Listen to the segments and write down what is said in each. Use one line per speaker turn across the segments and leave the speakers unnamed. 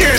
your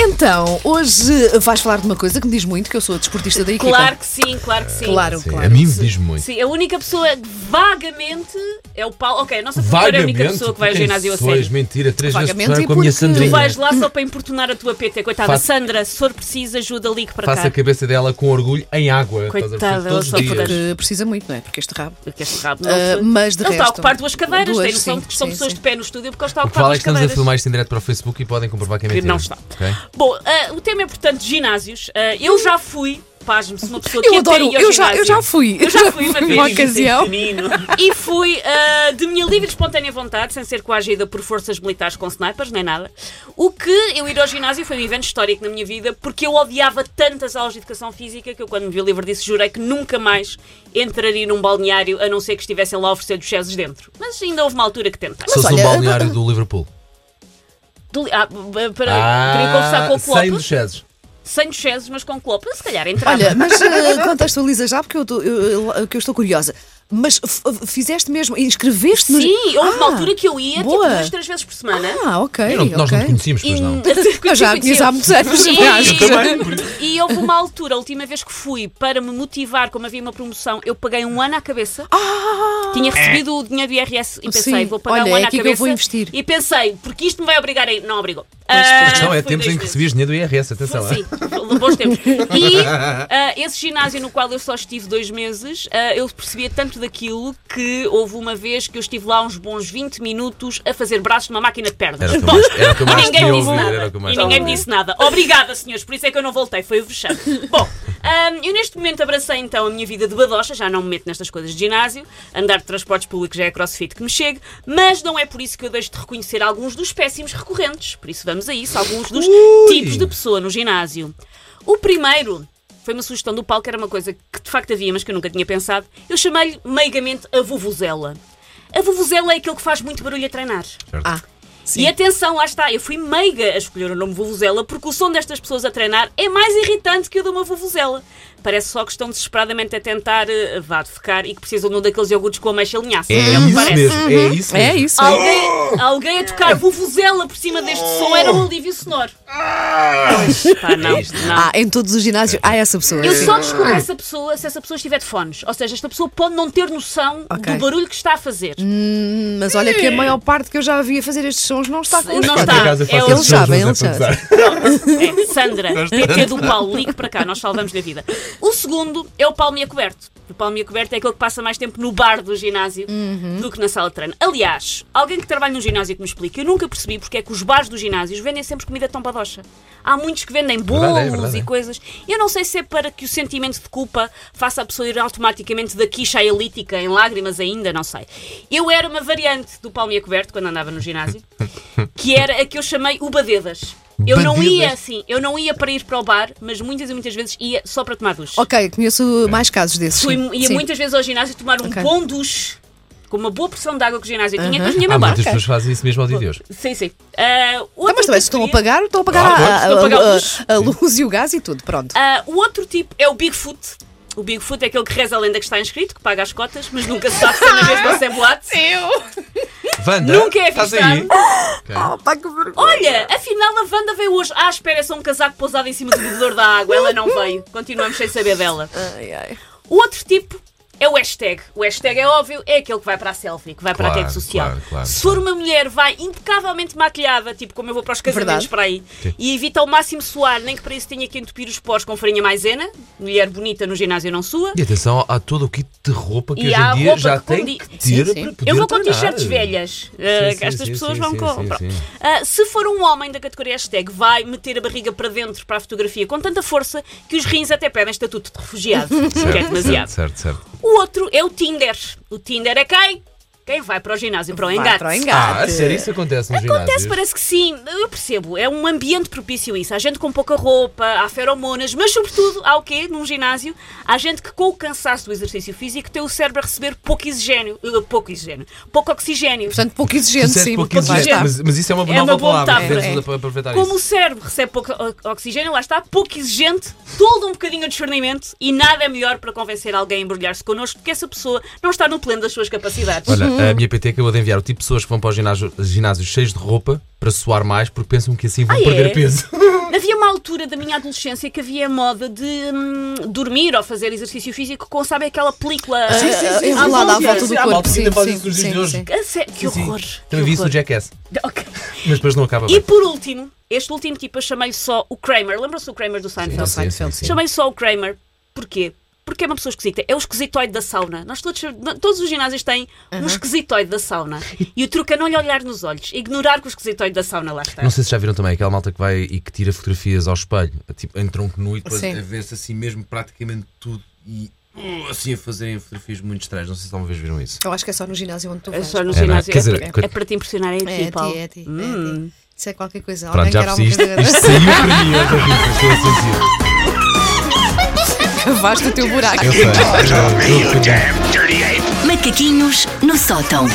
Então, hoje eh, vais falar de uma coisa que me diz muito, que eu sou a desportista da equipa.
Claro que sim, claro que sim.
Claro,
Sim,
claro.
A mim me diz muito.
Sim, a única pessoa vagamente é o Paulo. Ok, a nossa professora é a única pessoa que vai ao
quem
ginásio assim. a
sois,
sério.
mentira, três
Vagamente
vezes por
e
semana com a minha
porque
Tu
Sandrinha.
vais lá só para importunar a tua PT, coitada.
Faço-
Sandra, se for preciso, ajuda, ligue para
Faço a
cá.
cabeça dela com orgulho em água.
Coitada,
estás a ver,
ela
todos os
só
dias.
puder-
Que precisa muito, não é? Porque este rabo.
Porque este rabo não-
Ah, mas de
Ele está a
resto-
ocupar duas cadeiras,
Duas,
tem noção
sim,
de que são
sim,
pessoas
sim.
de pé no estúdio porque ele está a
O que
ocupar
vale é
duas
que estamos a
cadeiras.
filmar isto em direto para o Facebook e podem comprovar que é
Que
mentira.
não está.
Ok?
Bom, ah, o tema é, portanto, ginásios. Ah, eu já fui, pasme-se, uma pessoa que
Eu
até
adoro,
ia ao
eu já, eu já
ginásio.
fui.
Eu já fui uma vez.
uma ocasião.
E fui ah, de minha livre e espontânea vontade, sem ser coagida por forças militares com snipers, nem nada. O que eu ir ao ginásio foi um evento histórico na minha vida, porque eu odiava tantas aulas de educação física que eu, quando me vi livre disso, jurei que nunca mais entraria num balneário, a não ser que estivessem lá a oferecer dos chefes dentro. Mas ainda houve uma altura que tentei.
Se fosse um
olha,
balneário do Liverpool.
Do- ah, b- para, queria
Ah,
conversar com o
sem dos
Klopp,
chezes.
sem duchezes, mas com o Klopp, se calhar entrava.
Olha, mas eh, contextualiza já, porque eu, tô- eu- eu- que eu estou curiosa. Mas f- f- fizeste mesmo, inscreveste no.
Sim, houve uma
Ah,
altura que eu ia,
boa.
tipo, duas, três vezes por semana.
Ah, ok.
Eu não- Nós não te
ok.
conhecíamos, pois
Hum,
não.
Eu já a conheço há muitos anos.
E-
aliás.
Eu tipo- E houve uma altura, a última vez que fui, para me motivar, como havia uma promoção, eu paguei um ano à cabeça. Tinha recebido o dinheiro do IRS e pensei,
Ah! Sim,
vou pagar
olha,
um ano
é
à
aqui que eu
cabeça.
vou investir.
E pensei, porque isto me vai obrigar a ir. Não obrigou. Ah,
A questão é
foi dois
tempos em que
meses.
recebias dinheiro do IRS, atenção.
Sim, bons tempos. E ah, esse ginásio no qual eu só estive dois meses, ah, eu percebia tanto daquilo que houve uma vez que eu estive lá uns bons 20 minutos a fazer braços numa máquina de pernas.
Era o que eu mais- era o que eu
E
mais
ninguém
queria
me disse
ouvir,
nada.
era o que eu mais
E ninguém me
queria
disse nada. Obrigada, senhores, por isso é que eu não voltei, foi o vexame. Bom, hum, eu neste momento abracei então a minha vida de badocha, já não me meto nestas coisas de ginásio, andar de transportes públicos já é crossfit que me chegue, mas não é por isso que eu deixo de reconhecer alguns dos péssimos recorrentes, por isso vamos a isso, alguns dos tipos de pessoa no ginásio. O primeiro... Foi uma sugestão do Paulo, que era uma coisa que de facto havia, mas que eu nunca tinha pensado. Eu chamei-lhe meigamente a vuvuzela. A vuvuzela é aquele que faz muito barulho a treinar.
Ah, sim.
E atenção, lá está, eu fui meiga a escolher o nome Vuvuzela porque o som destas pessoas a treinar é mais irritante que o de uma Vuvuzela. Parece só que estão desesperadamente a tentar eh, vá defecar e que precisam de um daqueles iogurtes com ameixa linhaça.
É
o que
isso
parece. Uhum.
mesmo, é isso
É
mesmo.
isso.
Alguém, alguém a tocar
Oh!
Vuvuzela por cima deste som era um alívio sonoro. Pois, pá, não, não.
Ah, em todos os ginásios há essa pessoa.
Eu
sim.
só descubro essa pessoa se essa pessoa estiver de fones. Ou seja, esta pessoa pode não ter noção
Ok.
do barulho que está a fazer.
Mas olha que a maior parte que eu já havia fazer estes sons não está com os
Não
fones.
Por
está.
acaso eu
É
faço
o-
esses
Eles sabem,
jogos, não sei
eles
quantos anos.
É, Sandra, PT do Paulo, ligue um para cá, nós salvamos-lhe a vida. O segundo é o palmia coberto. O palmia coberto é aquele que passa mais tempo no bar do ginásio do que na sala de treino. Aliás, alguém que trabalha no ginásio que me explica, eu nunca percebi porque é que os bares dos ginásios vendem sempre comida tão badocha. Há muitos que vendem bolos
Verdade, é, verdade,
e
é.
coisas. Eu não sei se é para que o sentimento de culpa faça a pessoa ir automaticamente da quicha à elítica, em lágrimas ainda, não sei. Eu era uma variante do palmia coberto quando andava no ginásio, que era a que eu chamei o badedas. Eu não
Badedas?
ia assim, eu não ia para ir para o bar, mas muitas e muitas vezes ia só para tomar duche.
Ok, conheço mais casos desses.
Fui,
sim.
ia
Sim.
muitas vezes ao ginásio tomar um
Ok.
bom duche, com uma boa porção de água que o ginásio tinha, e depois vinha
Há
para o bar.
muitas pessoas que fazem isso mesmo ao dia de hoje.
Sim, sim. Ah, outra
Então, mas também se estão a
categoria-
pagar, estão a pagar, a-
Ah, pois,
a,
estão a pagar
a-
a luz.
a luz e o gás e tudo. Pronto.
Ah, o outro tipo é o Bigfoot. O Bigfoot é aquele que reza a lenda que está inscrito, que paga as cotas, mas nunca se sabe se é na mesma sem boate.
Wanda,
Nunca é
estás
avistado.
aí?
Olha, afinal a Wanda veio hoje. Ah, espera, é só um casaco pousado em cima do bebedor da água. Ela não veio. Continuamos sem saber dela. O outro tipo é o hashtag. O hashtag é óbvio, é aquele que vai para a selfie, que vai para
Claro,
a rede social.
claro, claro,
Se for uma mulher, vai impecavelmente maquilhada, tipo como eu vou para os casamentos
Verdade.
para aí, e evita ao máximo suar, nem que para isso tenha que entupir os pós com farinha maisena. Mulher bonita no ginásio não sua.
E atenção, há todo o kit de roupa que
E
hoje
há
em dia
roupa
já
que
tem
condi-
que ter
Sim, sim.
para poder
Eu vou com
treinar.
t-shirts velhas.
Sim,
uh,
sim,
que estas
sim,
pessoas
sim,
vão
sim,
com.
sim,
pronto.
sim.
Uh, se for um homem da categoria hashtag, vai meter a barriga para dentro para a fotografia com tanta força que os rins até pedem estatuto de refugiado. que é
Certo, certo,
demasiado.
certo, certo.
O outro é o Tinder. O Tinder é quem? Quem vai para o ginásio, para o
Vai
engate.
para o
Ah, a
engate.
sério, isso acontece nos ginásios?
Acontece, parece que sim. Eu percebo. É um ambiente propício isso. Há gente com pouca roupa, há feromonas, mas sobretudo há o quê? Num ginásio, há gente que com o cansaço do exercício físico tem o cérebro a receber pouco oxigênio. eh, pouco oxigênio. Pouco oxigênio.
Portanto, pouco
Tu
exigente,
disseste
sim.
pouco
porque lá
exigente,
está.
Mas, mas isso é uma
É
nova
uma boa
palavra.
metáfora.
Temos de aproveitar
Como o
é isso.
cérebro recebe pouco o- oxigênio, lá está, pouco exigente, todo um bocadinho de discernimento e nada é melhor para convencer alguém a embrulhar-se connosco do que essa pessoa não está no pleno das suas capacidades.
Olha, A minha PT acabou de enviar o tipo de pessoas que vão para os ginásio- ginásios cheios de roupa para suar mais porque pensam que assim vão
Ah, é?
perder peso.
Havia uma altura da minha adolescência que havia a moda de hum, dormir ou fazer exercício físico com, sabe, aquela película.
Ah, Sim, sim, sim,
à
enrolada à
volta.
volta do
Há
corpo.
malta que
Sim,
ainda faz
sim,
isso nos dias
sim,
de hoje.
sim.
Ah, sé- Que
Sim.
horror.
Também vi isso no Jackass,
Ok.
mas depois não acaba
E
bem.
por último, este último tipo eu chamei só o Kramer. Lembram-se do Kramer do
Não
Seinfeld?
sei,
Seinfeld,
sim, sim.
Chamei só o Kramer. Porquê? Porque é uma pessoa esquisita. É o esquisitoide da sauna. Nós todos, todos os ginásios têm um esquisitoide da sauna. E o truque é não lhe olhar nos olhos. Ignorar que o esquisitoide da sauna lá
É.
está.
Não sei se já viram também aquela malta que vai e que tira fotografias ao espelho, tipo em tronco nu e depois
Sim.
a ver-se assim mesmo praticamente tudo e uh, assim a fazerem fotografias muito estranhas. Não sei se talvez viram isso.
Eu acho que é só no ginásio onde tu
É
vais.
só no
É, não é?
ginásio.
Quer
É,
dizer,
para-
quando-
é para te impressionar a
É, é
eti,
ti,
Paulo.
é ti, é
Hum.
ti. Isso é qualquer coisa.
Pronto,
Alguém
já
quer alguma
percebi isto.
coisa
Isto saiu para mim, outra vez, estou a sentir.
Vais do teu buraco.
Eu sei.
Get off me,
Eu- eu-
you damn dirty ape!
Macaquinhos no sótão.